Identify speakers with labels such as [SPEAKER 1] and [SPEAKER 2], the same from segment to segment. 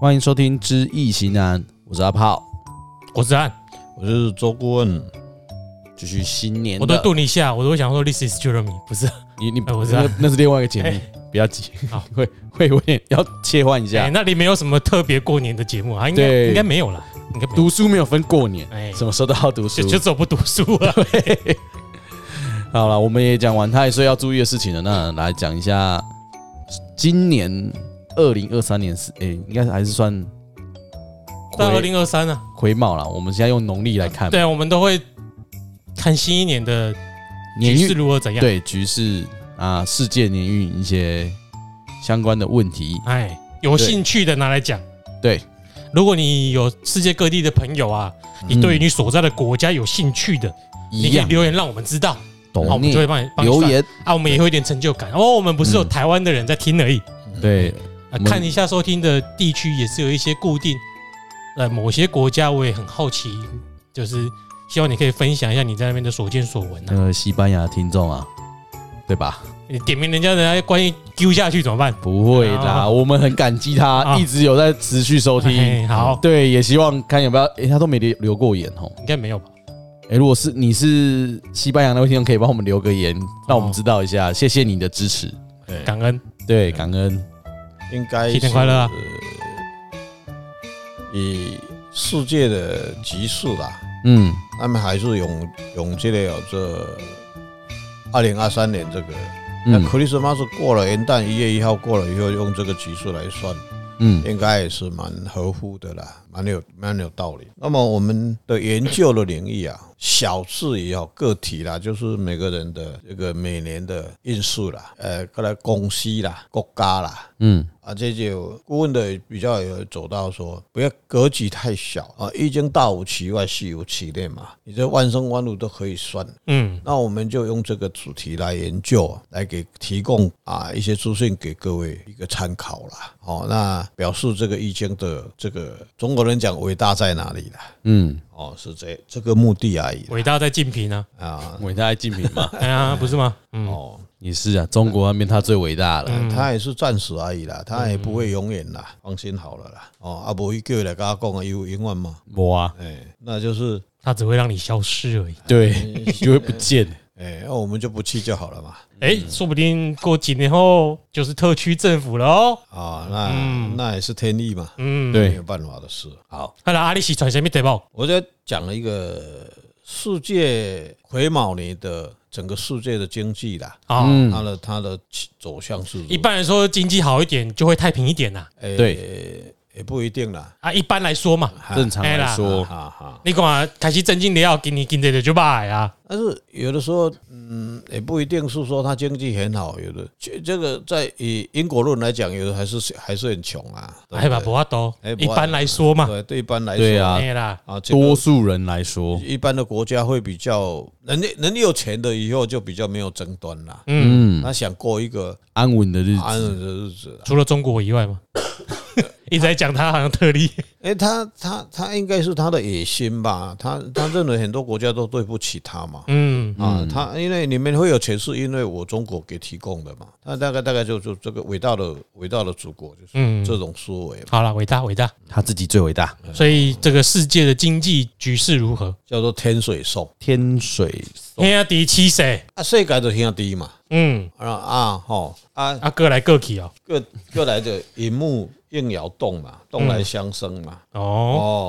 [SPEAKER 1] 欢迎收听《知易行难》，我是阿炮，
[SPEAKER 2] 我是安，
[SPEAKER 3] 我是周顾问，
[SPEAKER 1] 就是新年
[SPEAKER 2] 我都顿一下，我都想说 This is Jeremy，不是？
[SPEAKER 1] 你你
[SPEAKER 2] 哎我知道
[SPEAKER 1] 那那是另外一个节目，
[SPEAKER 2] 哎
[SPEAKER 1] 不要急，
[SPEAKER 2] 好
[SPEAKER 1] 会会有点要切换一
[SPEAKER 2] 哎、
[SPEAKER 1] 下。
[SPEAKER 2] 那里没有什么特别过年的节目啊，应该
[SPEAKER 1] 对
[SPEAKER 2] 应该没有啦，应该没有，
[SPEAKER 1] 读书没有分过年，
[SPEAKER 2] 哎
[SPEAKER 1] 什么时候都要读书
[SPEAKER 2] 就。就走不读书啊了。
[SPEAKER 1] 好了，我们也讲完太岁要注意的事情了，那来讲一下今年二零二三年是诶，应该还是算
[SPEAKER 2] 到二
[SPEAKER 1] 癸
[SPEAKER 2] 零二三啊呢，
[SPEAKER 1] 癸卯了。我们现在用农历来看，
[SPEAKER 2] 对，我们都会看新一年的
[SPEAKER 1] 年
[SPEAKER 2] 局势
[SPEAKER 1] 运
[SPEAKER 2] 如何怎样。，
[SPEAKER 1] 对局势啊，世界年运一些相关的问题。
[SPEAKER 2] 哎，有
[SPEAKER 1] 对
[SPEAKER 2] 兴趣的拿来讲。
[SPEAKER 1] 对，
[SPEAKER 2] 如果你有世界各地的朋友啊，你对于你所在的国家有兴趣的，你
[SPEAKER 1] 嗯一
[SPEAKER 2] 可以
[SPEAKER 1] 样，
[SPEAKER 2] 留言让我们知道，
[SPEAKER 1] 懂
[SPEAKER 2] 好，我们就会帮你帮你
[SPEAKER 1] 留
[SPEAKER 2] 算
[SPEAKER 1] 言
[SPEAKER 2] 啊，我们也会有点成就感哦。我们不是有
[SPEAKER 1] 嗯
[SPEAKER 2] 台湾的人在听而已，
[SPEAKER 1] 对
[SPEAKER 2] 啊
[SPEAKER 1] 我，们
[SPEAKER 2] 看一下收听的地区也是有一些固定，呃，某些国家我也很好奇，就是希望你可以分享一下你在那边的所见所闻
[SPEAKER 1] 那
[SPEAKER 2] 啊。
[SPEAKER 1] 个西班牙听众啊，对吧？
[SPEAKER 2] 你点名人家，人家关系丢下去怎么办？
[SPEAKER 1] 不会啦，
[SPEAKER 2] 啊
[SPEAKER 1] 我们很感激他
[SPEAKER 2] 啊
[SPEAKER 1] 一直有在持续收听
[SPEAKER 2] 哎。好
[SPEAKER 1] 对，也希望看有没有，诶，他都没留留过言哦。
[SPEAKER 2] 应该没有吧？
[SPEAKER 1] 诶，如果是你是西班牙那位听众，可以帮我们留个言，让我们知道一下，谢谢你的支持。
[SPEAKER 3] 对
[SPEAKER 2] 感恩，
[SPEAKER 1] 对，感恩。
[SPEAKER 3] 应该呃
[SPEAKER 2] 新年快乐啊！
[SPEAKER 3] 以世界的局势啦，
[SPEAKER 1] 嗯，
[SPEAKER 3] 他们还是用用这个有这二零二三年这个，那
[SPEAKER 1] 嗯
[SPEAKER 3] 克里斯马是过了元旦一月一号过了以后，用这个局势来算，
[SPEAKER 1] 嗯
[SPEAKER 3] 应该也是蛮合乎的啦，蛮有蛮有道理。那么我们的研究的领域啊，小至也好，个体啦，就是每个人的这个每年的运势啦，呃，过来公司啦、国家啦，
[SPEAKER 1] 嗯
[SPEAKER 3] 啊，这就顾问的比较有走到说，不要格局太小啊，易经大无其外，细无其内嘛，你这万生万物都可以算。
[SPEAKER 2] 嗯，
[SPEAKER 3] 那我们就用这个主题来研究啊，来给提供啊一些资讯给各位一个参考啦。哦，那表示这个易经的这个中国人讲伟大在哪里啦？
[SPEAKER 1] 嗯，
[SPEAKER 3] 哦，是这这个目的而已啦
[SPEAKER 2] 伟大在竞 品啊，
[SPEAKER 3] 啊。
[SPEAKER 1] 伟大的竞品嘛，
[SPEAKER 2] 哎呀，不是吗？嗯，
[SPEAKER 3] 哦，
[SPEAKER 1] 也是啊，中国那边他最伟大了。
[SPEAKER 3] 他也是暂时而已啦，他也不会永远啦，放心好了啦。哦，啊，无伊叫他来跟我讲啊，有永远吗？
[SPEAKER 1] 我啊，
[SPEAKER 3] 哎、那就是
[SPEAKER 2] 它只会让你消失而已。
[SPEAKER 1] 对，就会不见。
[SPEAKER 3] 哎，那、我们就不去就好了嘛。
[SPEAKER 1] 嗯
[SPEAKER 2] 哎，说不定过几年后就是特区政府了哦。
[SPEAKER 3] 啊，那、那也是天意嘛，
[SPEAKER 2] 嗯，
[SPEAKER 3] 没
[SPEAKER 1] 嗯对
[SPEAKER 3] 有，办法的事。好，
[SPEAKER 2] 看来阿里西传什么得报？
[SPEAKER 3] 我再讲了一个世界癸卯年的整个世界的经济啦，
[SPEAKER 2] 啊。
[SPEAKER 1] 嗯
[SPEAKER 3] 它的它的走向是如何
[SPEAKER 2] 一，般来说，经济好一点就会太平一点呐。
[SPEAKER 3] 哎
[SPEAKER 1] 对，
[SPEAKER 3] 也不一定啦。
[SPEAKER 2] 啊，一般来说嘛，
[SPEAKER 1] 正常
[SPEAKER 2] 哎
[SPEAKER 1] 来
[SPEAKER 2] 啦
[SPEAKER 1] 说，
[SPEAKER 3] 哈哈，
[SPEAKER 2] 你讲开始正经的要给你跟着的就买啊。
[SPEAKER 3] 但是有的时候，嗯，也不一定是说它经济很好，有的这这个在以因果论来讲，有的还是还是很穷啊，对
[SPEAKER 2] 哎吧，
[SPEAKER 3] 不
[SPEAKER 2] 不法多
[SPEAKER 3] 哎，
[SPEAKER 2] 一
[SPEAKER 3] 没办法
[SPEAKER 2] 般来说嘛，
[SPEAKER 3] 对？对，一般来说，
[SPEAKER 1] 对啊
[SPEAKER 2] 哎啦，
[SPEAKER 3] 啊，这个
[SPEAKER 1] 多数人来说，
[SPEAKER 3] 一般的国家会比较能力能力有钱的，以后就比较没有争端啦。
[SPEAKER 2] 嗯，
[SPEAKER 1] 嗯，
[SPEAKER 3] 他想过一个
[SPEAKER 1] 安稳的日子，
[SPEAKER 3] 安稳的日子啦。
[SPEAKER 2] 除了中国以外 嘛，一直在讲他好像特例，
[SPEAKER 3] 哎，他他他应该是他的野心吧？他他认为很多国家都对不起他嘛。
[SPEAKER 2] 嗯，
[SPEAKER 3] 啊，他因为你们会有钱，是因为我中国给提供的嘛。他大概大概就就这个伟大的伟大的祖国，就是
[SPEAKER 2] 嗯
[SPEAKER 3] 这种思维嘛，
[SPEAKER 2] 好了，伟大伟大。
[SPEAKER 1] 他自己最伟大。
[SPEAKER 3] 嗯
[SPEAKER 2] 所以这个世界的经济局势如何？
[SPEAKER 3] 叫做天水送
[SPEAKER 1] 天水
[SPEAKER 3] 嗯
[SPEAKER 2] 天敌七谁？
[SPEAKER 3] 啊，世界就兄弟嘛。
[SPEAKER 2] 嗯，
[SPEAKER 3] 啊啊吼啊，
[SPEAKER 2] 啊，各来各去哦。
[SPEAKER 3] 各各来的银木应爻动嘛，动来相生嘛。
[SPEAKER 2] 哦，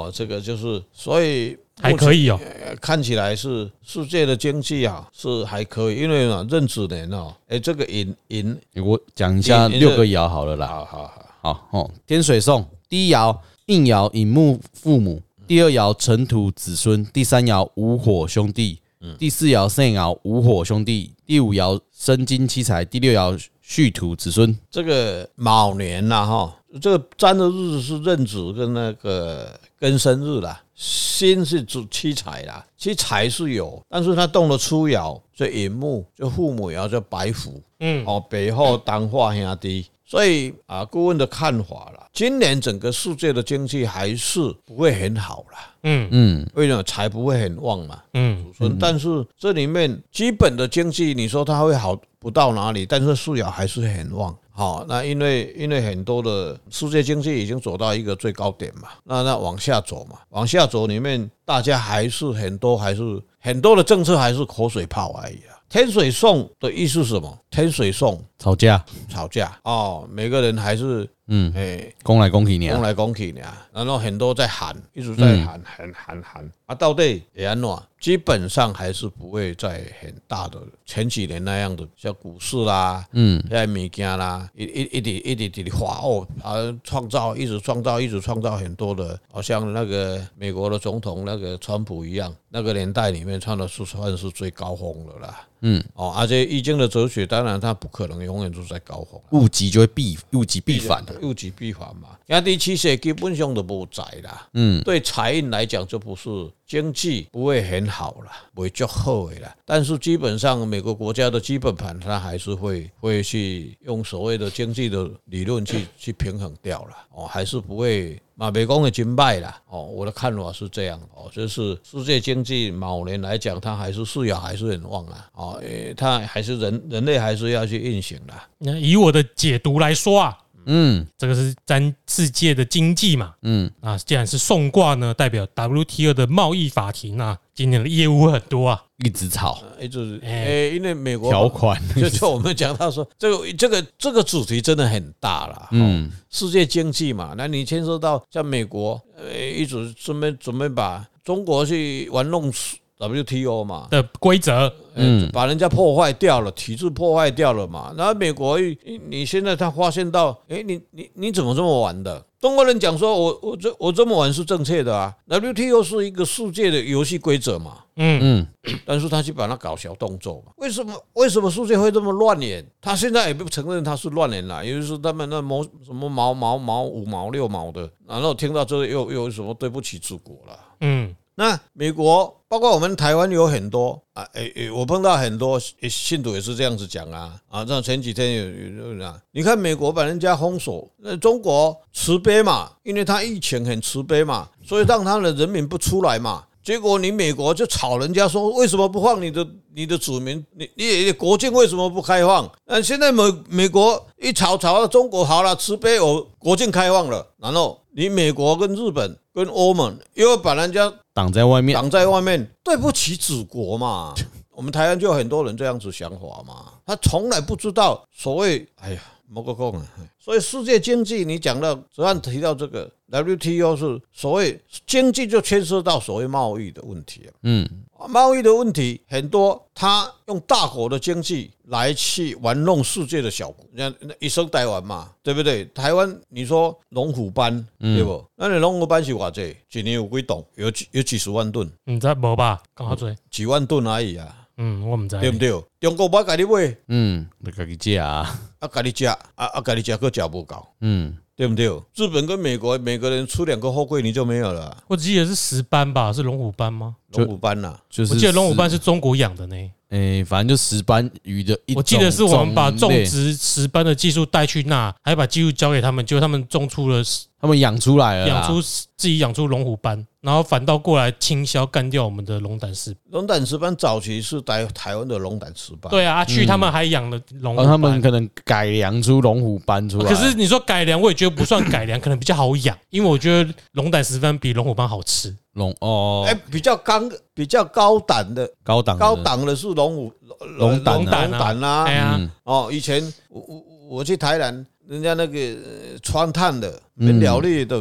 [SPEAKER 3] 哦，这个就是，所以
[SPEAKER 2] 还可以哦。
[SPEAKER 3] 呃看起来是世界的经济啊是还可以，因为呢壬子年哦，哎，这个寅寅，
[SPEAKER 1] 我讲一下
[SPEAKER 3] 你你
[SPEAKER 1] 六个爻好了啦。
[SPEAKER 3] 好好好，
[SPEAKER 1] 好哦，天水讼，第一爻应爻引木父母，第二爻尘土子孙，第三爻午火兄弟，第四爻肾爻午火兄弟，第五爻生金七财，第六爻戌土子孙。
[SPEAKER 3] 这个卯年呐、哈，这个占的日子是壬子跟那个庚申日啦，辛是主七财啦，七财是有，但是他动了初爻，所以寅木就父母爻叫白虎，
[SPEAKER 2] 嗯，
[SPEAKER 3] 哦，北后当化兄弟，所以啊，顾问的看法啦，今年整个世界的经济还是不会很好啦，
[SPEAKER 2] 嗯
[SPEAKER 1] 嗯，
[SPEAKER 3] 为什么财不会很旺嘛？
[SPEAKER 2] 嗯
[SPEAKER 3] 所以但是这里面基本的经济，你说它会好不到哪里，但是素养还是很旺。好，那因为因为很多的世界经济已经走到一个最高点嘛，那那往下走嘛，往下走里面大家还是很多还是很多的政策还是口水炮而已啊。天水送的意思是什么？天水送
[SPEAKER 1] 吵架，
[SPEAKER 3] 吵架哦，每个人还是
[SPEAKER 1] 嗯，
[SPEAKER 3] 哎、
[SPEAKER 1] 攻来攻去你
[SPEAKER 3] 讲
[SPEAKER 1] 啊，嗯
[SPEAKER 3] 来讲去呢，然后很多在喊，一直在喊喊喊喊啊，到底也安怎？基本上还是不会在很大的前几年那样的，像股市啦，
[SPEAKER 1] 嗯，
[SPEAKER 3] 现在物件啦，一一一直一直一直滑哦啊，创造一直创造一直创造很多的，好像那个美国的总统那个川普一样，那个年代里面创的是算是最高峰了啦。
[SPEAKER 1] 嗯，
[SPEAKER 3] 哦，而且易经的哲学，当然它不可能永远都在高峰。
[SPEAKER 1] 物极就会必物极必反，
[SPEAKER 3] 物极必反嘛。兄弟七岁基本上都无财啦，
[SPEAKER 1] 嗯，
[SPEAKER 3] 对财运来讲就不是经济不会很好啦，不会较好的啦。但是基本上每个国家的基本盘，它还是会会去用所谓的经济的理论去去平衡掉啦，哦，还是不会。嘛，北讲的金拜啦，哦，我的看法是这样哦，就是世界经济某年来讲，它还是视野还是很旺啊，哦，诶它还是人人类还是要去运行啦，
[SPEAKER 2] 那以我的解读来说啊，
[SPEAKER 1] 嗯
[SPEAKER 2] 这个是占世界的经济嘛，
[SPEAKER 1] 嗯
[SPEAKER 2] 啊，既然是送卦呢，代表 WTO 的贸易法庭啊，今年的业务很多啊，
[SPEAKER 1] 一直吵
[SPEAKER 3] 诶，就是
[SPEAKER 2] 哎
[SPEAKER 3] 呃诶，因为美国
[SPEAKER 1] 条款，
[SPEAKER 3] 就就我们讲到说，这个这个这个主题真的很大了。嗯，
[SPEAKER 1] 嗯
[SPEAKER 3] 世界经济嘛，那你牵涉到像美国，呃，一直准备准备把中国去玩弄 WTO 嘛，呃
[SPEAKER 2] 的规则，
[SPEAKER 1] 嗯
[SPEAKER 3] 把人家破坏掉了，体制破坏掉了嘛。然后美国一，你你现在他发现到，哎，你你你怎么这么玩的？中国人讲说我我这我这么玩是正确的啊，WTO 是一个世界的游戏规则嘛。
[SPEAKER 2] 嗯
[SPEAKER 1] 嗯，
[SPEAKER 3] 但是他去把它搞小动作嘛？为什么为什么世界会这么乱演？他现在也不承认他是乱演啦，也就是他们那毛什么毛毛毛五毛六毛的，然后听到这又又有什么对不起祖国了。
[SPEAKER 2] 嗯
[SPEAKER 3] 那美国包括我们台湾有很多啊，诶、诶、我碰到很多诶信徒也是这样子讲啊啊，像前几天有有有人啊，你看美国把人家封锁，那中国慈悲嘛，因为他疫情很慈悲嘛，所以让他的人民不出来嘛。结果你美国就吵人家说为什么不放你的你的子民，你你你国境为什么不开放？那现在美美国一吵吵到中国好了，慈悲我国境开放了，然后你美国跟日本跟欧盟又把人家
[SPEAKER 1] 挡在外面，
[SPEAKER 3] 挡在外面，对不起祖国嘛。我们台湾就有很多人这样子想法嘛，他从来不知道所谓，哎呀，莫个讲啊。所以世界经济，你讲到昨晚提到这个 WTO 是所谓经济就牵涉到所谓贸易的问题啊
[SPEAKER 1] 嗯
[SPEAKER 3] 贸易的问题很多，他用大国的经济来去玩弄世界的小国，那那一生台湾嘛，对不对？台湾你说龙虎斑、对不？那你龙虎斑是偌济？一年有几吨？有几有几十万吨，
[SPEAKER 2] 你知道没吧？刚好嘴，
[SPEAKER 3] 几万吨而已啊，
[SPEAKER 2] 嗯，我们在
[SPEAKER 1] 哎
[SPEAKER 3] 对不对？中国不给你买，
[SPEAKER 1] 嗯，那个借啊，
[SPEAKER 3] 啊给你吃，啊啊给你吃，可吃不够，
[SPEAKER 1] 嗯
[SPEAKER 3] 对不对？日本跟美国每个人出两个货柜，你就没有了。
[SPEAKER 2] 我记得是石斑吧，是龙虎斑吗？
[SPEAKER 1] 就
[SPEAKER 3] 龙虎斑呐、啊
[SPEAKER 1] 就是
[SPEAKER 2] 我记得龙虎斑
[SPEAKER 1] 石，
[SPEAKER 2] 是中国养的呢，
[SPEAKER 1] 哎，反正就石斑鱼的一种类，
[SPEAKER 2] 我记得是我们把种植石斑的技术带去那，还把技术交给他们，结果他们种出了
[SPEAKER 1] 他们养出来了啦，
[SPEAKER 2] 养出自己养出龙虎斑，然后反倒过来倾销干掉我们的龙胆石。
[SPEAKER 3] 龙胆石斑早期是台台湾的龙胆石斑，
[SPEAKER 2] 对啊，阿去他们还养了龙
[SPEAKER 1] 嗯
[SPEAKER 2] 虎
[SPEAKER 1] 哦，他们
[SPEAKER 2] 斑。啊
[SPEAKER 1] 可能改良出龙虎斑出来，
[SPEAKER 2] 可是你说改良，我也觉得不算改良，可能比较好养，因为我觉得龙胆石斑比龙虎斑好吃。
[SPEAKER 1] 龙哦
[SPEAKER 3] 哎、，比较刚比较高档的
[SPEAKER 1] 高档的
[SPEAKER 3] 高，档的是龙虎
[SPEAKER 1] 嗯龙胆啊
[SPEAKER 3] 龙
[SPEAKER 2] 龙
[SPEAKER 3] 胆
[SPEAKER 2] 胆
[SPEAKER 3] 啦、
[SPEAKER 2] 哎呀，
[SPEAKER 1] 嗯
[SPEAKER 3] 哦，以前我我我去台南，人家那个呃川炭的免料理的，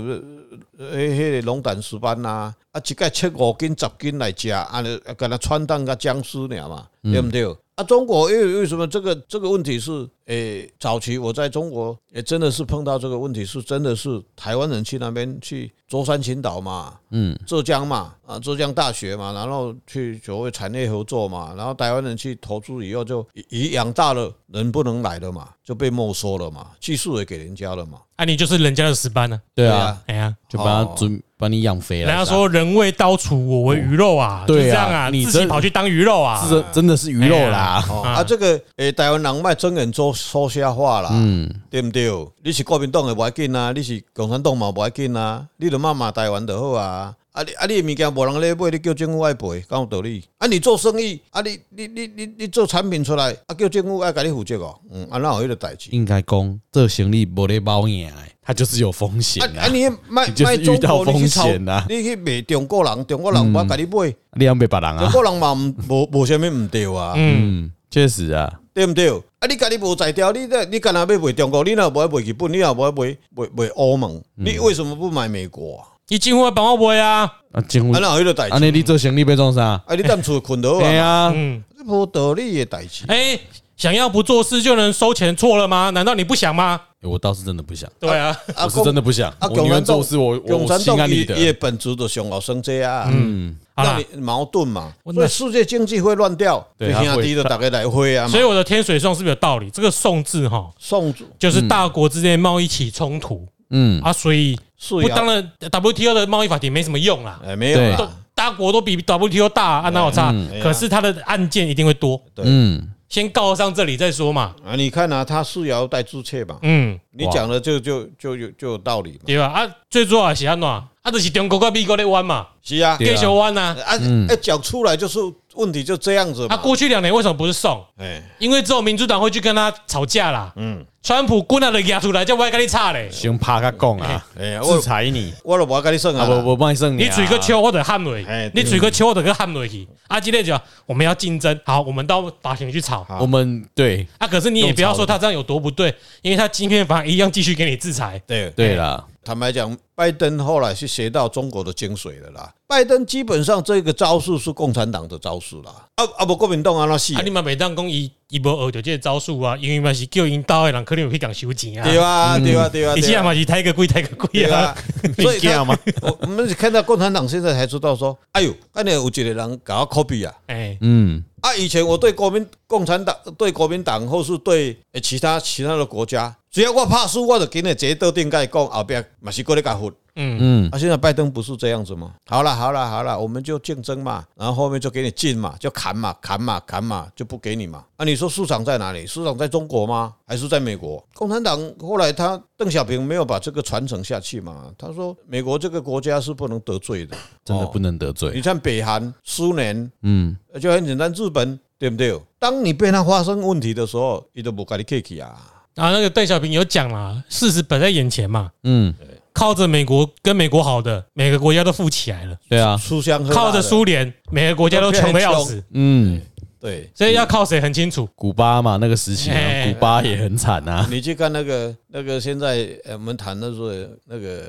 [SPEAKER 3] 呃迄迄个龙胆石斑呐，啊，一盖切五斤十斤来吃，啊，尼啊，敢若川炭甲姜丝尔嘛，对不对？啊，中国为为什么这个这个问题是，诶、早期我在中国也真的是碰到这个问题，是真的是台湾人去那边去舟山群岛嘛，
[SPEAKER 1] 嗯
[SPEAKER 3] 浙江嘛，啊，浙江大学嘛，然后去所谓产业合作嘛，然后台湾人去投资以后，就鱼养大了，人不能来了嘛，就被没收了嘛，技术也给人家了嘛。
[SPEAKER 2] 啊，你就是人家的石斑呢。
[SPEAKER 1] 对啊，，
[SPEAKER 2] 哎呀，
[SPEAKER 1] 就把它
[SPEAKER 3] 哦
[SPEAKER 1] 准把你养肥
[SPEAKER 2] 人
[SPEAKER 1] 了，
[SPEAKER 2] 家说人为刀俎，我为鱼肉啊，就
[SPEAKER 1] 对啊
[SPEAKER 2] 这样啊，
[SPEAKER 1] 你
[SPEAKER 2] 自己
[SPEAKER 1] 真
[SPEAKER 2] 跑去当鱼肉啊
[SPEAKER 1] 是。真真的是鱼肉啦，
[SPEAKER 3] 哦啊，这个诶、台湾人卖真人周说瞎话啦，
[SPEAKER 1] 嗯，
[SPEAKER 3] 对毋对？你是国民党诶无要紧啊，你是共产党嘛无要紧啊，你著骂骂台湾就好啊。啊你啊你的物件无人咧买，你叫政府爱赔，敢有道理？啊你做生意，啊你你你你你做产品出来，啊叫政府爱甲你负责哦，嗯，啊哪有迄个代志？
[SPEAKER 1] 应该讲这行李无咧包赢的，它就是有风险
[SPEAKER 3] 啊啊
[SPEAKER 1] 啊。
[SPEAKER 3] 你卖
[SPEAKER 1] 你就是
[SPEAKER 3] 卖
[SPEAKER 1] 遇
[SPEAKER 3] 中
[SPEAKER 1] 到
[SPEAKER 3] 国，你去
[SPEAKER 1] 风
[SPEAKER 3] 炒
[SPEAKER 1] 险啊，
[SPEAKER 3] 你去卖中国人，中国人无甲你买，
[SPEAKER 1] 你要被别人
[SPEAKER 3] 中
[SPEAKER 1] 啊，
[SPEAKER 3] 国人嘛毋无无啥物毋对啊。
[SPEAKER 2] 嗯，
[SPEAKER 1] 嗯，确实啊，
[SPEAKER 3] 对毋对？啊，你家己无才调，你这你干那要卖中国，你若无爱卖日本，你若无爱卖卖卖欧盟，
[SPEAKER 1] 嗯
[SPEAKER 3] 你为什么不买美国啊？
[SPEAKER 2] 你进货帮我买啊，
[SPEAKER 1] 啊，政府
[SPEAKER 3] 啊，，哪有迄个代
[SPEAKER 1] 啊，
[SPEAKER 3] 志？
[SPEAKER 1] 你你做行李被撞啥？
[SPEAKER 3] 啊，你踮厝 困到
[SPEAKER 1] 对
[SPEAKER 3] 啊？
[SPEAKER 1] 啊，
[SPEAKER 2] 嗯，
[SPEAKER 3] 这无道理的代志。
[SPEAKER 2] 哎，想要不做事就能收钱，错了吗？难道你不想吗？
[SPEAKER 1] 欸我倒是真 的不想，
[SPEAKER 2] 对啊，
[SPEAKER 3] 啊，
[SPEAKER 1] 我是真的不想，
[SPEAKER 3] 啊，
[SPEAKER 1] 我宁愿做事，我
[SPEAKER 3] 共
[SPEAKER 1] 我
[SPEAKER 3] 产
[SPEAKER 1] 心
[SPEAKER 3] 党
[SPEAKER 1] 安理
[SPEAKER 3] 伊
[SPEAKER 1] 得。
[SPEAKER 3] 伊的本质就上后生这啊，
[SPEAKER 1] 嗯，
[SPEAKER 2] 好
[SPEAKER 3] 让
[SPEAKER 2] 啦，
[SPEAKER 3] 你矛盾嘛。
[SPEAKER 2] 我
[SPEAKER 3] 所以世界经济会乱掉，
[SPEAKER 1] 对
[SPEAKER 3] 对兄弟
[SPEAKER 1] 它
[SPEAKER 3] 就
[SPEAKER 1] 会
[SPEAKER 3] 大家来挥啊嘛
[SPEAKER 2] 所以。我的天水送是不是有道理？这个送字哈，
[SPEAKER 3] 宋主
[SPEAKER 2] 就是大国之间贸易起冲突
[SPEAKER 1] 嗯，
[SPEAKER 2] 啊，所以
[SPEAKER 3] 是
[SPEAKER 2] 不
[SPEAKER 3] 要
[SPEAKER 2] 当然 WTO 的贸易法典没什么用啦，
[SPEAKER 3] 哎，没有
[SPEAKER 1] 对
[SPEAKER 2] 都
[SPEAKER 3] 啦，
[SPEAKER 2] 大国都比 WTO 大啊，哪有差？
[SPEAKER 3] 哎呀
[SPEAKER 2] 可是他的案件一定会多，
[SPEAKER 1] 嗯，
[SPEAKER 2] 先告上这里再说嘛。
[SPEAKER 3] 啊，你看啊，他是要带注册嘛，
[SPEAKER 2] 嗯，
[SPEAKER 3] 你
[SPEAKER 1] 哇
[SPEAKER 3] 讲的就就就有就有道理嘛。
[SPEAKER 2] 对吧？啊，最主要是安怎样？啊，就是中国跟美国在弯嘛，
[SPEAKER 3] 是啊，
[SPEAKER 1] 对啊
[SPEAKER 2] 继续弯啊。
[SPEAKER 3] 啊，哎，讲出来就是问题，就这样子
[SPEAKER 2] 啊，
[SPEAKER 3] 嘛。
[SPEAKER 2] 过去两年为什么不是送？
[SPEAKER 3] 哎，
[SPEAKER 2] 因为只有民主党会去跟他吵架啦。嗯，川普滚啊的压出来，叫我跟你吵嘞。
[SPEAKER 1] 先拍个讲啊，
[SPEAKER 3] 哎呀，
[SPEAKER 1] 制
[SPEAKER 3] 我
[SPEAKER 1] 裁你
[SPEAKER 3] 我都无甲你算
[SPEAKER 1] 啊，
[SPEAKER 3] 啊，
[SPEAKER 1] 我我帮你算
[SPEAKER 2] 你嘴
[SPEAKER 1] 个
[SPEAKER 2] 个秋或者汉瑞
[SPEAKER 3] 哎，对
[SPEAKER 2] 你嘴个秋或者个汉瑞去。啊，今天讲我们要竞争，好，我们到法庭去吵。
[SPEAKER 1] 我们对
[SPEAKER 2] 啊，可是你也不要说他这样有多不对，因为他今天反而一样继续给你制裁。
[SPEAKER 3] 对哎
[SPEAKER 1] 对啦，
[SPEAKER 3] 坦白讲，拜登后来是学到中国的精髓了啦。拜登基本上这个招数是共产党的招数啦，啊啊不，国民党安那死
[SPEAKER 2] 啊，，你嘛每当讲伊伊无学着这个招数啊，因为嘛是叫因刀的人，可能有去讲收钱啊。
[SPEAKER 3] 对啊对啊对啊，
[SPEAKER 2] 你
[SPEAKER 3] 对
[SPEAKER 2] 现在
[SPEAKER 3] 啊
[SPEAKER 2] 嘛是抬个贵抬个贵
[SPEAKER 3] 对
[SPEAKER 2] 啊
[SPEAKER 3] 啊，，所以
[SPEAKER 1] 你怕
[SPEAKER 3] 他
[SPEAKER 1] 吗？
[SPEAKER 3] 我我们看到共产党现在才知道说，哎呦，那年有一个人搞 copy 啊，
[SPEAKER 2] 哎，
[SPEAKER 1] 嗯，
[SPEAKER 3] 啊，以前我对国民共产党、对国民党，或是对呃其他其他的国家，只要我怕输，我就给你直接到顶盖讲，后边嘛是过来搞混。
[SPEAKER 2] 嗯，
[SPEAKER 1] 嗯，
[SPEAKER 3] 啊，现在拜登不是这样子吗？好了，好了，好了，我们就竞争嘛，然后后面就给你进嘛，就砍嘛，砍嘛，砍嘛，就不给你嘛。啊，你说市场在哪里？市场在中国吗？还是在美国？共产党后来他邓小平没有把这个传承下去嘛？他说美国这个国家是不能得罪的，
[SPEAKER 1] 真的
[SPEAKER 3] 哦
[SPEAKER 1] 不能得罪
[SPEAKER 3] 你，看北韩、苏联，
[SPEAKER 1] 嗯，
[SPEAKER 3] 呃就很简单，日本对不对？当你被他发生问题的时候，你都不跟你客气啊。
[SPEAKER 2] 然后那个邓小平有讲啦，事实摆在眼前嘛，
[SPEAKER 1] 嗯，
[SPEAKER 2] 靠着美国跟美国好的，每个国家都富起来了；
[SPEAKER 1] 对啊，
[SPEAKER 3] 书香喝辣
[SPEAKER 2] 靠着
[SPEAKER 3] 的
[SPEAKER 2] 苏联，
[SPEAKER 3] 啊
[SPEAKER 2] 每个国家都穷的要死。
[SPEAKER 1] 嗯，
[SPEAKER 3] 对。
[SPEAKER 2] 所以要靠谁很清楚。
[SPEAKER 1] 古巴嘛，那个时期啊，
[SPEAKER 2] 哎
[SPEAKER 1] 古巴也很惨啊，
[SPEAKER 3] 你去看那个那个，现在呃我们谈的是那个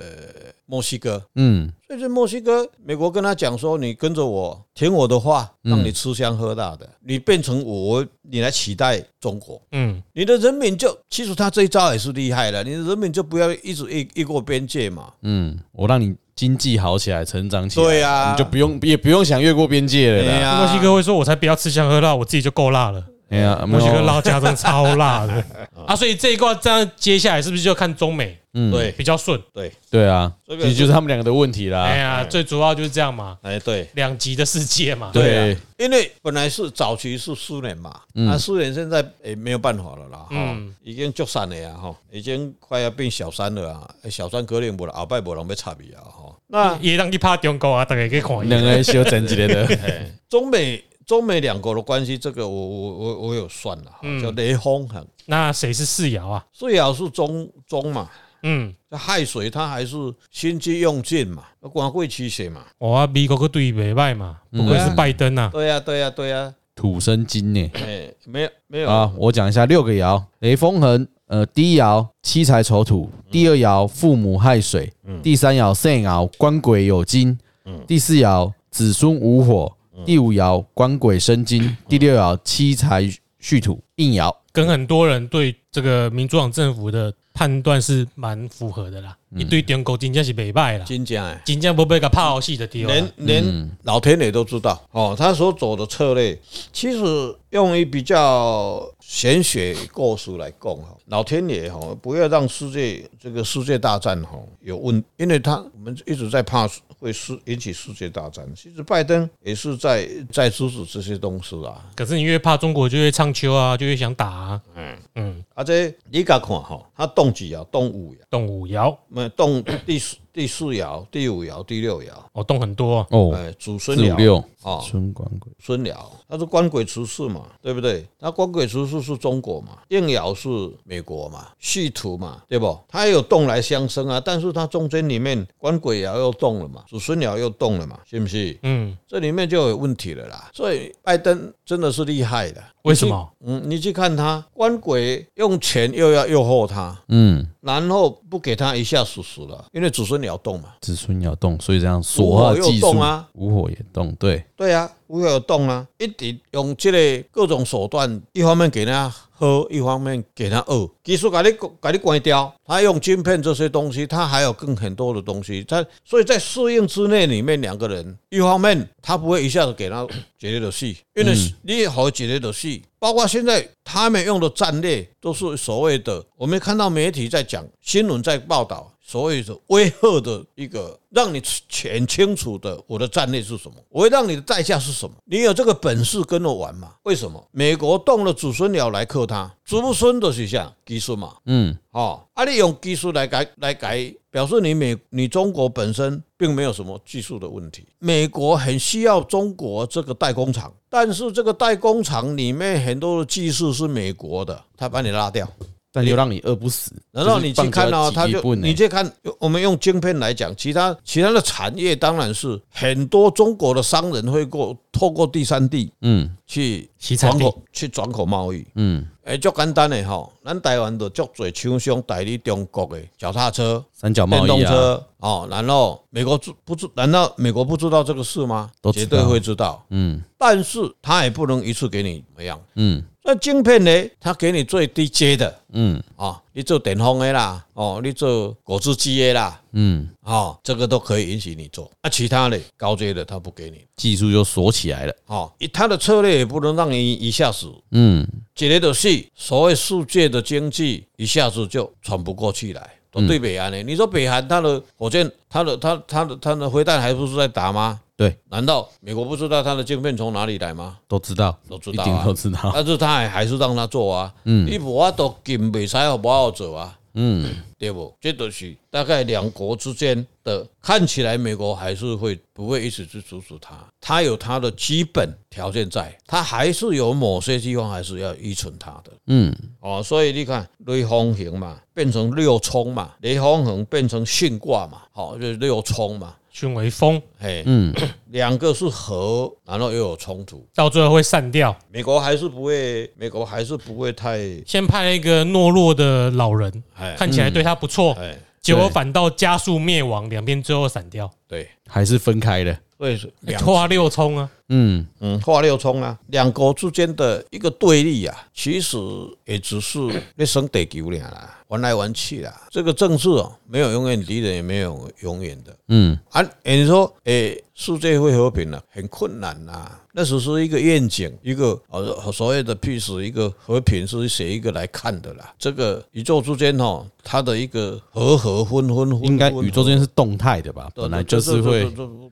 [SPEAKER 3] 墨西哥，
[SPEAKER 1] 嗯，
[SPEAKER 3] 所以这墨西哥，美国跟他讲说，你跟着我，听我的话，让你吃香喝辣的，你变成我，你来取代中国，
[SPEAKER 2] 嗯，
[SPEAKER 3] 你的人民就，其实他这一招也是厉害了，你的人民就不要一直越越过边界嘛，
[SPEAKER 1] 嗯，我让你经济好起来，成长起来，
[SPEAKER 3] 对啊呀
[SPEAKER 1] 啊你就不用也不用想越过边界了啦。
[SPEAKER 3] 呀
[SPEAKER 2] 墨西哥会说：“我才不要吃香喝辣，我自己就够辣了。”
[SPEAKER 1] 哎
[SPEAKER 3] 啊
[SPEAKER 1] 呀，
[SPEAKER 2] 墨西哥
[SPEAKER 1] 老，
[SPEAKER 2] 辣椒真的超辣的 啊！所以这一卦这样接下来是不是就看中美
[SPEAKER 1] 嗯，
[SPEAKER 3] 对啊
[SPEAKER 2] 比较顺？
[SPEAKER 3] 对，
[SPEAKER 1] 对啊，
[SPEAKER 3] 这个
[SPEAKER 1] 其实就是他们两个的问题
[SPEAKER 3] 啊
[SPEAKER 2] 哎
[SPEAKER 1] 啦。
[SPEAKER 2] 呀，最主要就是这样嘛，
[SPEAKER 3] 哎对。
[SPEAKER 2] 两极的世界嘛。
[SPEAKER 1] 对
[SPEAKER 3] 啊，因为本来是早期是苏联嘛，啊，苏联现在也没有办法了啦，哈、
[SPEAKER 2] 嗯
[SPEAKER 3] 已经就散了呀，哈，已经快要变小三了啊，小三可能无人后摆无人要插你啊，哈，那
[SPEAKER 2] 也让你怕中国啊，大家可以看一下
[SPEAKER 1] 两。个修整起来 的，
[SPEAKER 3] 中美中美两国的关系，这个我我我我有算了，哈
[SPEAKER 2] 嗯
[SPEAKER 3] 叫雷轰很，
[SPEAKER 2] 那谁是四爻啊？
[SPEAKER 3] 最好是中中嘛，
[SPEAKER 2] 嗯，
[SPEAKER 3] 亥水它还是心机用尽嘛，光贵取血嘛，
[SPEAKER 2] 我啊，美国个对袂歹嘛，不愧是拜登啊。
[SPEAKER 3] 对呀、对呀、对呀、
[SPEAKER 1] 土生金呢。
[SPEAKER 3] 哎、没有没有
[SPEAKER 1] 啊，我讲一下六个爻：雷风恒，呃，第一爻七财丑土，
[SPEAKER 3] 嗯
[SPEAKER 1] 第二爻父母亥水，第三爻肾爻官鬼有金，
[SPEAKER 3] 嗯
[SPEAKER 1] 第四爻子孙无火，第五爻官鬼生
[SPEAKER 3] 嗯
[SPEAKER 1] 金，第六爻七财戌土，应爻。
[SPEAKER 2] 跟很多人对这个民主党政府的判断是蛮符合的啦，一堆中国真正是袂歹啦，
[SPEAKER 3] 金家哎。
[SPEAKER 2] 真正不被个拍好戏的丢啦。
[SPEAKER 3] 连
[SPEAKER 1] 嗯
[SPEAKER 3] 连老天爷都知道哦，他所走的策略，其实用于比较玄学故事来讲哈，老天爷哦哈，哦不要让世界这个世界大战哈有问，因为他我们一直在怕会世引起世界大战。其实拜登也是在在阻止这些东西啦。
[SPEAKER 2] 可是你越怕中国，就越唱秋啊，就越想打啊。嗯嗯，
[SPEAKER 3] 啊，这你甲看吼，他动几爻？动五爻，
[SPEAKER 2] 动五爻
[SPEAKER 3] 那动第四第四爻、第五爻、第六爻，
[SPEAKER 2] 哦，动很多、啊。
[SPEAKER 1] 哦，
[SPEAKER 3] 哎，祖孙
[SPEAKER 1] 四五
[SPEAKER 3] 爻
[SPEAKER 1] 六
[SPEAKER 3] 啊，
[SPEAKER 1] 春管鬼，
[SPEAKER 3] 孙爻，他是官鬼除世嘛，对不对？他官鬼除世是中国嘛，应爻是美国嘛，戌土嘛，对不？他也有动来相生啊，但是他中间里面官鬼爻又动了嘛，祖孙爻又动了嘛，是不是？
[SPEAKER 2] 嗯，
[SPEAKER 3] 这里面就有问题了啦。所以拜登真的是厉害的，
[SPEAKER 2] 为什么？
[SPEAKER 3] 嗯，你去看他官鬼用钱又要诱惑他，
[SPEAKER 1] 嗯，
[SPEAKER 3] 然后不给他一下死死了，因为祖孙鸟动嘛，
[SPEAKER 1] 子孙要动，所以这样锁化技
[SPEAKER 3] 无火又
[SPEAKER 1] 术
[SPEAKER 3] 动啊，
[SPEAKER 1] 无火也动，对，
[SPEAKER 3] 对啊，无有动啊，一直用这个各种手段，一方面给他喝，一方面给他饿，技术给你给你关掉，他用晶片这些东西，他还有更很多的东西，他所以在适应之内里面，两个人一方面他不会一下子给他解决的戏，因为你好解决的戏。包括现在他们用的战略都是所谓的，我们看到媒体在讲，新闻在报道，所谓的威吓的一个，让你很清楚的我的战略是什么，我会让你的代价是什么。你有这个本事跟我玩吗？为什么？美国动了子孙鸟来克他，子孙的是啥技术嘛？
[SPEAKER 1] 嗯，
[SPEAKER 3] 哦，啊，你用技术来改来改，表示你美你中国本身并没有什么技术的问题。美国很需要中国这个代工厂，但是这个代工厂里面很多的技术是美国的，他把你拉掉。
[SPEAKER 1] 但又让你饿不死。
[SPEAKER 3] 然后你去看
[SPEAKER 1] 到
[SPEAKER 3] 到他就你去看，我们用晶片来讲，其他其他的产业当然是很多中国的商人会过透过第三地
[SPEAKER 1] 嗯
[SPEAKER 3] 去
[SPEAKER 2] 洗产
[SPEAKER 3] 转
[SPEAKER 2] 地
[SPEAKER 3] 口去转口贸易。
[SPEAKER 1] 嗯，
[SPEAKER 3] 诶，足简单诶吼，咱台湾就足侪厂商代理中国诶脚踏车、
[SPEAKER 1] 三角贸
[SPEAKER 3] 电
[SPEAKER 1] 易啊，
[SPEAKER 3] 动车哦，然后美国知不知？难道美国不知道这个事吗
[SPEAKER 1] 都？知道
[SPEAKER 3] 绝对会知道，
[SPEAKER 1] 嗯
[SPEAKER 3] 但是他也不能一次给你怎么样。
[SPEAKER 1] 嗯
[SPEAKER 3] 那晶片呢？他给你最低阶的
[SPEAKER 1] 嗯
[SPEAKER 3] 啊、哦，你做电风的啦，哦，你做果汁机的啦，
[SPEAKER 1] 嗯，
[SPEAKER 3] 哦，这个都可以允许你做。啊，其他的高阶的他不给你。
[SPEAKER 1] 技术就锁起来了。
[SPEAKER 3] 哦，他的策略也不能让你一下子
[SPEAKER 1] 嗯
[SPEAKER 3] 一个就是所谓世界的经济一下子就喘不过气来，
[SPEAKER 1] 嗯
[SPEAKER 3] 都对北韩呢、你说北韩它的火箭、它的、它、它的、它的飞弹还不是在打吗？
[SPEAKER 1] 对，
[SPEAKER 3] 难道美国不知道它的晶片从哪里来吗？
[SPEAKER 1] 都知道，
[SPEAKER 3] 都知
[SPEAKER 1] 一
[SPEAKER 3] 道
[SPEAKER 1] 定
[SPEAKER 3] 啊
[SPEAKER 1] 都，知 道。
[SPEAKER 3] 但是他还还是让他做啊。嗯，你无法度禁，袂使互无法度做啊。
[SPEAKER 1] 嗯，
[SPEAKER 3] 对不？这都是大概两国之间的，看起来美国还是会不会一直去阻止他？他有他的基本条件在，他还是有某些地方还是要依存他的。
[SPEAKER 1] 嗯
[SPEAKER 3] 哦，所以你看雷风行嘛，变成六冲嘛，雷风行变成巽卦嘛，好、就是六冲嘛，
[SPEAKER 2] 巽为风，
[SPEAKER 3] 嘿，
[SPEAKER 1] 嗯，
[SPEAKER 3] 两个是合，然后又有冲突。
[SPEAKER 2] 到最后会散掉。
[SPEAKER 3] 美国还是不会，美国还是不会太，
[SPEAKER 2] 先派了一个懦弱的老人，
[SPEAKER 3] 哎
[SPEAKER 2] 看起来对他不错，
[SPEAKER 3] 哎，
[SPEAKER 2] 结果反倒加速灭亡，两边最后散掉，
[SPEAKER 3] 对，
[SPEAKER 1] 还是分开的。
[SPEAKER 3] 所以是两
[SPEAKER 2] 拖六冲啊，
[SPEAKER 1] 嗯
[SPEAKER 3] 嗯，化六冲啊，两国之间的一个对立啊，其实也只是那生地球俩啦，玩来玩去啦。这个政治哦，没有永远敌人，也没有永远的
[SPEAKER 1] 嗯
[SPEAKER 3] 啊。诶你说，诶、世界会和平啊，很困难呐、那只是一个愿景，一个呃所谓的 peace，一个和平是写一个来看的啦。这个宇宙之间哦，它的一个和和分分分
[SPEAKER 1] 应该
[SPEAKER 3] 分
[SPEAKER 1] 宇宙之间是动态的吧？本来就是会，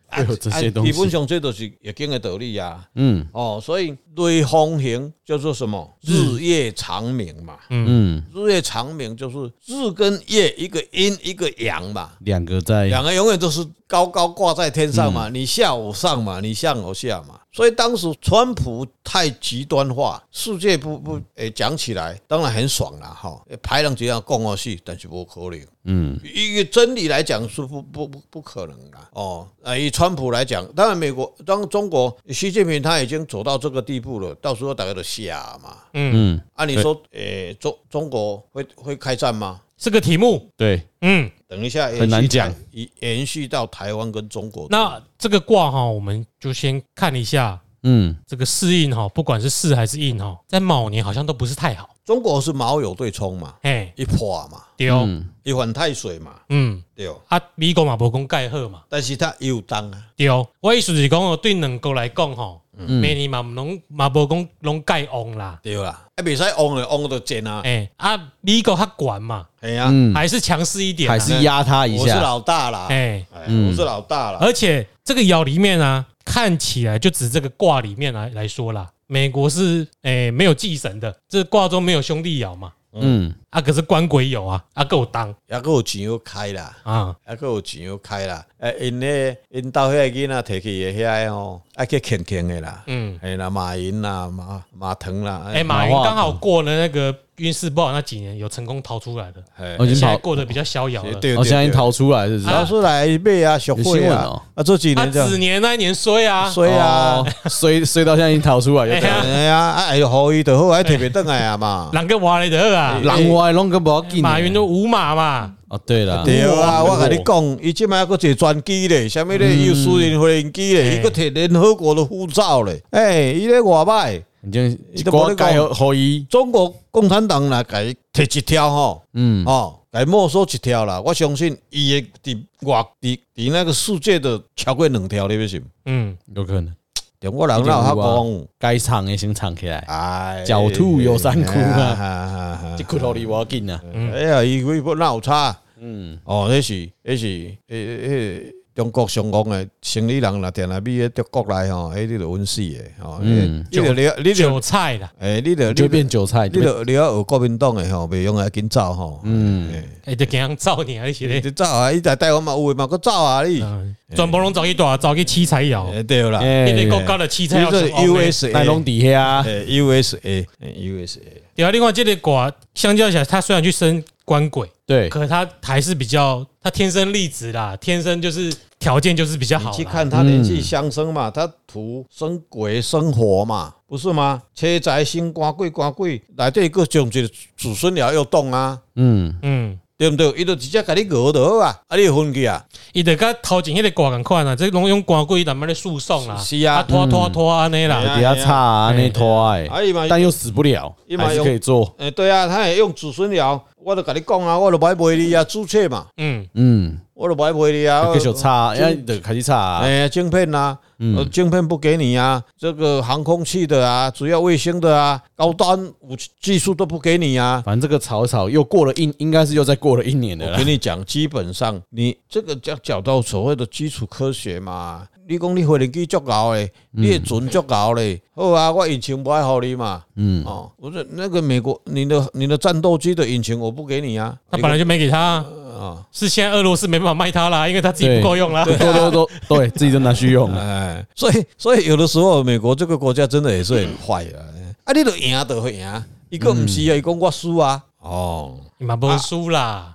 [SPEAKER 3] 啊
[SPEAKER 1] 会有这些东西
[SPEAKER 3] 基本上这都是易经的道理啊。
[SPEAKER 1] 嗯
[SPEAKER 3] 哦，所以瑞风行叫做什么？日夜长明嘛。
[SPEAKER 1] 嗯，
[SPEAKER 3] 日夜长明就是日跟夜，一个阴一个阳嘛，
[SPEAKER 1] 两个在
[SPEAKER 3] 两个永远都是高高挂在天上
[SPEAKER 1] 嗯
[SPEAKER 3] 嘛，你下我上嘛，你上我下嘛。所以当时川普太极端化，世界不不诶讲起来，当然很爽啦哈，排人这样讲下去，但是无可能。
[SPEAKER 1] 嗯
[SPEAKER 3] 以以真理来讲是不不不不可能的哦。啊，以川普来讲，当然美国当中国习近平他已经走到这个地步了，到时候大家都下嘛。
[SPEAKER 2] 嗯，
[SPEAKER 1] 嗯，
[SPEAKER 3] 啊，你说，诶、中中国会会开战吗？
[SPEAKER 2] 这个题目，
[SPEAKER 1] 对，
[SPEAKER 2] 嗯，
[SPEAKER 3] 等一下延续
[SPEAKER 1] 很难讲，
[SPEAKER 3] 以延续到台湾跟中国。
[SPEAKER 2] 那这个卦哈，我们就先看一下
[SPEAKER 1] 嗯
[SPEAKER 2] 这个适应哈，不管是适还是应哈，在卯年好像都不是太好，
[SPEAKER 3] 中国是卯酉对冲嘛，
[SPEAKER 2] 嘿，
[SPEAKER 3] 一破嘛，
[SPEAKER 2] 对，哦
[SPEAKER 1] 嗯，
[SPEAKER 3] 一反太水嘛，
[SPEAKER 2] 嗯，
[SPEAKER 3] 对哦。
[SPEAKER 2] 啊，美国嘛无讲盖好嘛，
[SPEAKER 3] 但是它也有当啊，
[SPEAKER 2] 对，我意思是讲哦，对两国来讲吼，
[SPEAKER 1] 嗯
[SPEAKER 2] 每年嘛唔拢嘛无讲拢盖旺啦，
[SPEAKER 3] 对啦，啊，袂使旺了旺就贱啊，
[SPEAKER 2] 诶，啊，美国较悬嘛，
[SPEAKER 3] 哎呀，
[SPEAKER 1] 嗯，
[SPEAKER 2] 还是强势一点啊，
[SPEAKER 1] 还是压他一
[SPEAKER 3] 我是
[SPEAKER 1] 下，
[SPEAKER 3] 老大啦，
[SPEAKER 2] 诶，
[SPEAKER 3] 哎，
[SPEAKER 1] 嗯
[SPEAKER 3] 我是老大啦，
[SPEAKER 2] 而且这个爻里面啊，看起来就指这个卦里面来来说啦，美国是诶、没有忌神的，这卦中没有兄弟爻嘛，
[SPEAKER 1] 嗯，
[SPEAKER 2] 啊可是官鬼有啊，啊够当
[SPEAKER 3] 也够有钱要开啦。
[SPEAKER 2] 啊，
[SPEAKER 3] 啊，佫有钱要开啦，啊，因咧因兜遐个囡仔摕去的遐个吼，啊，去啃啃的啦，
[SPEAKER 2] 嗯，
[SPEAKER 3] 哎啦，马云啦，马马腾啦，
[SPEAKER 2] 哎、
[SPEAKER 3] 哎，
[SPEAKER 2] 马云
[SPEAKER 1] 马化
[SPEAKER 2] 刚好过了那个运势不好那几年，有成功逃出来的，
[SPEAKER 3] 哎
[SPEAKER 1] 哦已经
[SPEAKER 2] 现在
[SPEAKER 1] 跑哦
[SPEAKER 2] 过得比较逍遥了。
[SPEAKER 3] 对
[SPEAKER 1] 我现在已经
[SPEAKER 3] 头
[SPEAKER 1] 逃出来是不是？
[SPEAKER 3] 拿出来买啊，小
[SPEAKER 1] 有新
[SPEAKER 3] 会
[SPEAKER 1] 闻哦
[SPEAKER 3] 啊，啊，这几
[SPEAKER 2] 他
[SPEAKER 3] 年就
[SPEAKER 2] 子年那一年衰啊，
[SPEAKER 3] 衰啊
[SPEAKER 1] 哦，，衰衰到现在已经逃出来就对
[SPEAKER 2] 哎
[SPEAKER 1] 了，
[SPEAKER 3] 哎呀，啊，哎呦，好伊就好，还摕袂倒来 啊嘛，
[SPEAKER 2] 两个娃雷德啊，
[SPEAKER 3] 哎
[SPEAKER 1] 人外拢个无要紧的。
[SPEAKER 2] 马云都五马嘛，
[SPEAKER 1] 哦，对了，
[SPEAKER 3] 对啊，
[SPEAKER 2] 哦
[SPEAKER 3] 我甲你讲，伊即摆还佫坐专机咧，啥物
[SPEAKER 1] 嗯
[SPEAKER 3] 咧，伊有私人飞行机咧，
[SPEAKER 2] 哎
[SPEAKER 3] 伊佫摕联合国的护照咧，哎，伊咧外卖，
[SPEAKER 1] 已经
[SPEAKER 3] 你
[SPEAKER 1] 一
[SPEAKER 3] 都没
[SPEAKER 1] 锅
[SPEAKER 3] 得
[SPEAKER 1] 盖
[SPEAKER 3] 讲
[SPEAKER 1] 好好伊，
[SPEAKER 3] 中国共产党啦，甲伊摕一条吼。
[SPEAKER 1] 嗯，
[SPEAKER 3] 哦，来没收一条啦，我相信伊的伫外伫伫那个世界的超过两条，你要信？
[SPEAKER 2] 嗯，
[SPEAKER 1] 有可能。
[SPEAKER 3] 中国人哪有遐
[SPEAKER 1] 该藏的先藏起来，
[SPEAKER 3] 讲，哎，
[SPEAKER 1] 狡兔有三窟啊
[SPEAKER 3] 啊
[SPEAKER 1] 这骨头里我紧啊。
[SPEAKER 2] 嗯
[SPEAKER 3] 哎呀，伊微博哪有差？
[SPEAKER 1] 嗯，
[SPEAKER 3] 哦，那是那是诶诶，中国上讲的生理人啦，定来比咧中国来吼，迄你就稳死的哦。
[SPEAKER 1] 嗯
[SPEAKER 3] 你你就了，哎你
[SPEAKER 2] 韭
[SPEAKER 3] 就
[SPEAKER 2] 菜啦，
[SPEAKER 3] 诶，你就
[SPEAKER 1] 就会
[SPEAKER 3] 你就
[SPEAKER 1] 变韭菜。
[SPEAKER 3] 你就你要学国民党的吼，袂用来紧走吼。
[SPEAKER 1] 嗯
[SPEAKER 3] 哎，
[SPEAKER 2] 哎，就给人造你啊，你是
[SPEAKER 3] 你
[SPEAKER 2] 嘞，
[SPEAKER 3] 就走啊！伊在台湾嘛有诶嘛，佮走啊你。
[SPEAKER 2] 嗯全部拢走去大，走去七彩爻。
[SPEAKER 3] 诶，对啦。
[SPEAKER 1] 哎
[SPEAKER 2] 迄个国家的汽车要
[SPEAKER 3] 这
[SPEAKER 2] 上
[SPEAKER 3] 是
[SPEAKER 2] 欧美
[SPEAKER 3] USA，
[SPEAKER 1] 带拢底下，啊
[SPEAKER 3] 诶 USA，诶 USA，
[SPEAKER 2] 对啊，另外这个卦相较起来，它虽然去生官鬼，
[SPEAKER 1] 对，
[SPEAKER 2] 可它还是比较，它天生丽质啦，天生就是条件就是比较好
[SPEAKER 3] 你去
[SPEAKER 2] 啦。
[SPEAKER 3] 看它连续相生嘛，它土生鬼生火嘛，不是吗？车宅星官贵官贵，内底个将一个子孙了要动啊，
[SPEAKER 1] 嗯，
[SPEAKER 2] 嗯，
[SPEAKER 3] 对不对？伊就直接甲你咬就好啊，啊你就分去啊，
[SPEAKER 2] 伊得甲头前迄个卦共款啊，这拢用官鬼慢慢咧诉讼啦，
[SPEAKER 3] 是啊
[SPEAKER 2] 拖拖拖安尼
[SPEAKER 3] 哎
[SPEAKER 2] 啦，
[SPEAKER 3] 呀哎
[SPEAKER 1] 底下差啊，
[SPEAKER 2] 哎
[SPEAKER 1] 那拖哎，
[SPEAKER 3] 啊伊嘛，
[SPEAKER 1] 但又死不了，
[SPEAKER 3] 一买
[SPEAKER 1] 还是
[SPEAKER 3] 用
[SPEAKER 1] 可以做。
[SPEAKER 3] 诶对啊，他也用子孙了，我就甲你讲啊，我就买卖你啊，注册嘛，
[SPEAKER 2] 嗯，
[SPEAKER 1] 嗯，
[SPEAKER 3] 我就买卖你啊，
[SPEAKER 1] 继续差，要得开始差啊。
[SPEAKER 3] 哎，晶片呐、啊，呃晶片不给你啊，这个航空器的啊，主要卫星的啊，高端武器技术都不给你啊。
[SPEAKER 1] 反正这个吵一吵，又过了一，应该是又再过了一年的
[SPEAKER 3] 我
[SPEAKER 1] 了。
[SPEAKER 3] 跟你讲，基本上你这个叫讲到所谓的基础科学嘛。你讲你飞行机足够嘞，你的船足够嘞，好啊，我引擎不爱好你嘛。
[SPEAKER 1] 嗯，
[SPEAKER 3] 哦，我说那个美国，你的你的战斗机的引擎我不给你啊。
[SPEAKER 2] 他本来就没给他啊，
[SPEAKER 3] 啊，
[SPEAKER 2] 是现在俄罗斯没办法卖他啦，因为他自己
[SPEAKER 1] 对
[SPEAKER 2] 不够用啦。
[SPEAKER 1] 都 都都对自己都拿去用啊了。
[SPEAKER 3] 哎，所以所以有的时候美国这个国家真的也是很坏的。啊，你都赢都会赢，伊个毋是啊，伊讲我输啊。哦，
[SPEAKER 2] 嘛不输啦，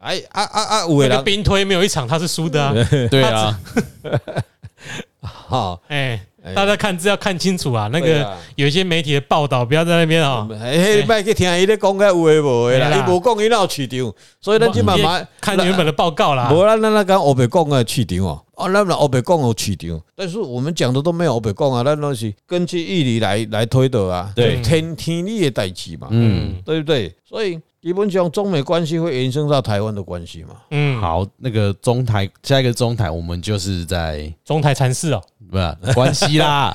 [SPEAKER 3] 哎啊啊啊，有
[SPEAKER 2] 那个
[SPEAKER 3] 的人
[SPEAKER 2] 兵推没有一场他是输的啊。
[SPEAKER 3] 哎
[SPEAKER 1] 对啊，
[SPEAKER 3] 哈，
[SPEAKER 2] 哎
[SPEAKER 3] 哎，
[SPEAKER 2] 大家看资料看清楚啊，那
[SPEAKER 3] 对
[SPEAKER 2] 个
[SPEAKER 3] 啊
[SPEAKER 2] 有一些媒体的报道，不要在那边啊。
[SPEAKER 3] 哎，莫去听伊咧讲个有诶无
[SPEAKER 1] 哎
[SPEAKER 3] 诶
[SPEAKER 2] 对
[SPEAKER 3] 啦，
[SPEAKER 2] 啦
[SPEAKER 3] 伊无讲伊哪有市场，所以咱即
[SPEAKER 1] 嗯
[SPEAKER 3] 慢慢
[SPEAKER 2] 看原本的报告
[SPEAKER 1] 啊
[SPEAKER 2] 啦。
[SPEAKER 3] 无咱咱那讲欧北讲诶市场哦，哦，咱若欧北讲有市场，哦但是我们讲的都没有欧北讲啊，咱拢是根据义理来来推导啊，
[SPEAKER 1] 对
[SPEAKER 3] 就天天理诶代志嘛，
[SPEAKER 1] 嗯，
[SPEAKER 3] 对不对？所以基本上中美关系会延伸到台湾的关系嘛。
[SPEAKER 2] 嗯，
[SPEAKER 1] 好，那个中台下一个中台，我们就是在
[SPEAKER 2] 中台禅寺哦，
[SPEAKER 1] 不是关系 啦，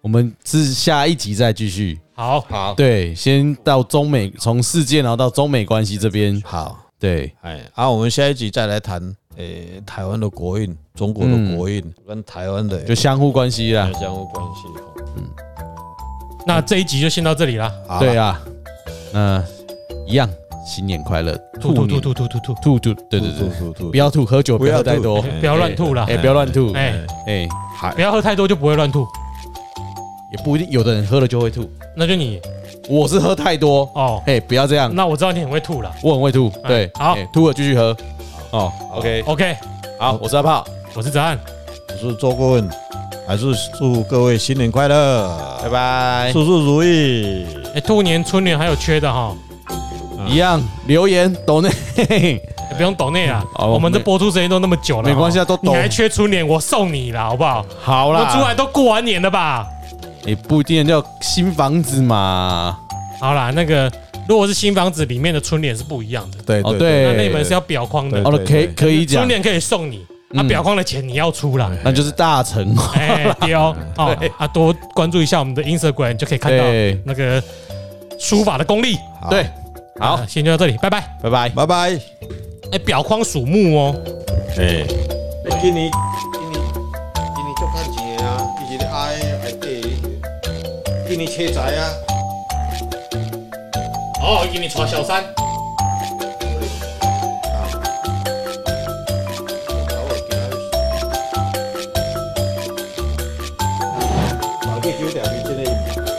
[SPEAKER 1] 我们是下一集再继续。
[SPEAKER 2] 好，
[SPEAKER 3] 好，
[SPEAKER 1] 对，先到中美，从世界然后到中美关系这边，
[SPEAKER 3] 好，
[SPEAKER 1] 对，
[SPEAKER 3] 哎，啊，我们下一集再来谈，诶、台湾的国运，中国的国运、跟台湾的
[SPEAKER 1] 嗯就相互关系啦。
[SPEAKER 3] 相互关系哦。
[SPEAKER 2] 那这一集就先到这里啦。
[SPEAKER 3] 好
[SPEAKER 1] 对啊，那一样，新年快乐，
[SPEAKER 2] 吐吐吐
[SPEAKER 1] 年
[SPEAKER 2] 吐吐吐
[SPEAKER 1] 吐
[SPEAKER 2] 吐，
[SPEAKER 1] 吐，对对对，
[SPEAKER 3] 对对
[SPEAKER 1] 不要吐，喝酒不
[SPEAKER 3] 不
[SPEAKER 1] 要
[SPEAKER 3] 要
[SPEAKER 1] 喝太
[SPEAKER 3] 吐
[SPEAKER 1] 多，
[SPEAKER 2] 不要乱吐啦。
[SPEAKER 1] 哎，不要乱吐，
[SPEAKER 2] 哎
[SPEAKER 1] 哎哎，
[SPEAKER 3] 好
[SPEAKER 2] 不，要喝太多就不会乱吐，
[SPEAKER 1] 也不一定，有的人喝了就会吐，
[SPEAKER 2] 那就你
[SPEAKER 1] 我是喝太多，
[SPEAKER 2] 哦。
[SPEAKER 1] 哎，不要这样，
[SPEAKER 2] 那我知道你很会吐了。
[SPEAKER 1] 我很会吐，
[SPEAKER 2] 哎
[SPEAKER 1] 对，
[SPEAKER 2] 好
[SPEAKER 1] 哎，吐了继续喝，哦，OK，
[SPEAKER 2] OK，
[SPEAKER 1] 好，我是阿炮，
[SPEAKER 2] 我是子安，
[SPEAKER 3] 我是周顾问，还是祝各位新年快乐，
[SPEAKER 1] 拜拜，
[SPEAKER 3] 事事如意。
[SPEAKER 2] 哎，兔年、春年还有缺的哈，
[SPEAKER 3] 啊
[SPEAKER 1] 一样留言抖 内，
[SPEAKER 2] 哎不用抖内啊。
[SPEAKER 1] 哦
[SPEAKER 2] 我们这
[SPEAKER 1] 没
[SPEAKER 2] 播出时间都那么久了，
[SPEAKER 1] 没关系啊都
[SPEAKER 2] 你
[SPEAKER 1] 抖
[SPEAKER 2] 还缺春年，我送你啦，好不好？
[SPEAKER 1] 好
[SPEAKER 2] 我
[SPEAKER 1] 啦，
[SPEAKER 2] 出来都过完年了吧？
[SPEAKER 1] 也不一定叫新房子嘛，
[SPEAKER 2] 好啦，那个如果是新房子里面的春联是不一样的，
[SPEAKER 3] 对
[SPEAKER 1] 哦
[SPEAKER 3] 对
[SPEAKER 1] 对
[SPEAKER 2] 那那门是要裱框的
[SPEAKER 3] 对，
[SPEAKER 1] 哦，那可以
[SPEAKER 3] 对
[SPEAKER 1] 可以讲
[SPEAKER 2] 春，联可以送你，啊，
[SPEAKER 1] 嗯
[SPEAKER 2] 裱框的钱你要出啦。
[SPEAKER 1] 那就是大成功。
[SPEAKER 2] 哎，丢 哦啊，多关注一下我们的 Instagram，就可以看到
[SPEAKER 1] 对
[SPEAKER 2] 那个书法的功力。
[SPEAKER 3] 好
[SPEAKER 1] 对，好
[SPEAKER 2] 啊，，
[SPEAKER 3] 哎
[SPEAKER 2] 先就到这里，拜拜。
[SPEAKER 1] 拜拜。
[SPEAKER 3] 拜拜。
[SPEAKER 2] 哎，裱框属木哦。
[SPEAKER 3] 哎，今年今年今年足赚钱啊，一直爱爱地，今年车财啊。
[SPEAKER 2] 哦，给你传小三。
[SPEAKER 3] 老去酒店，你真的。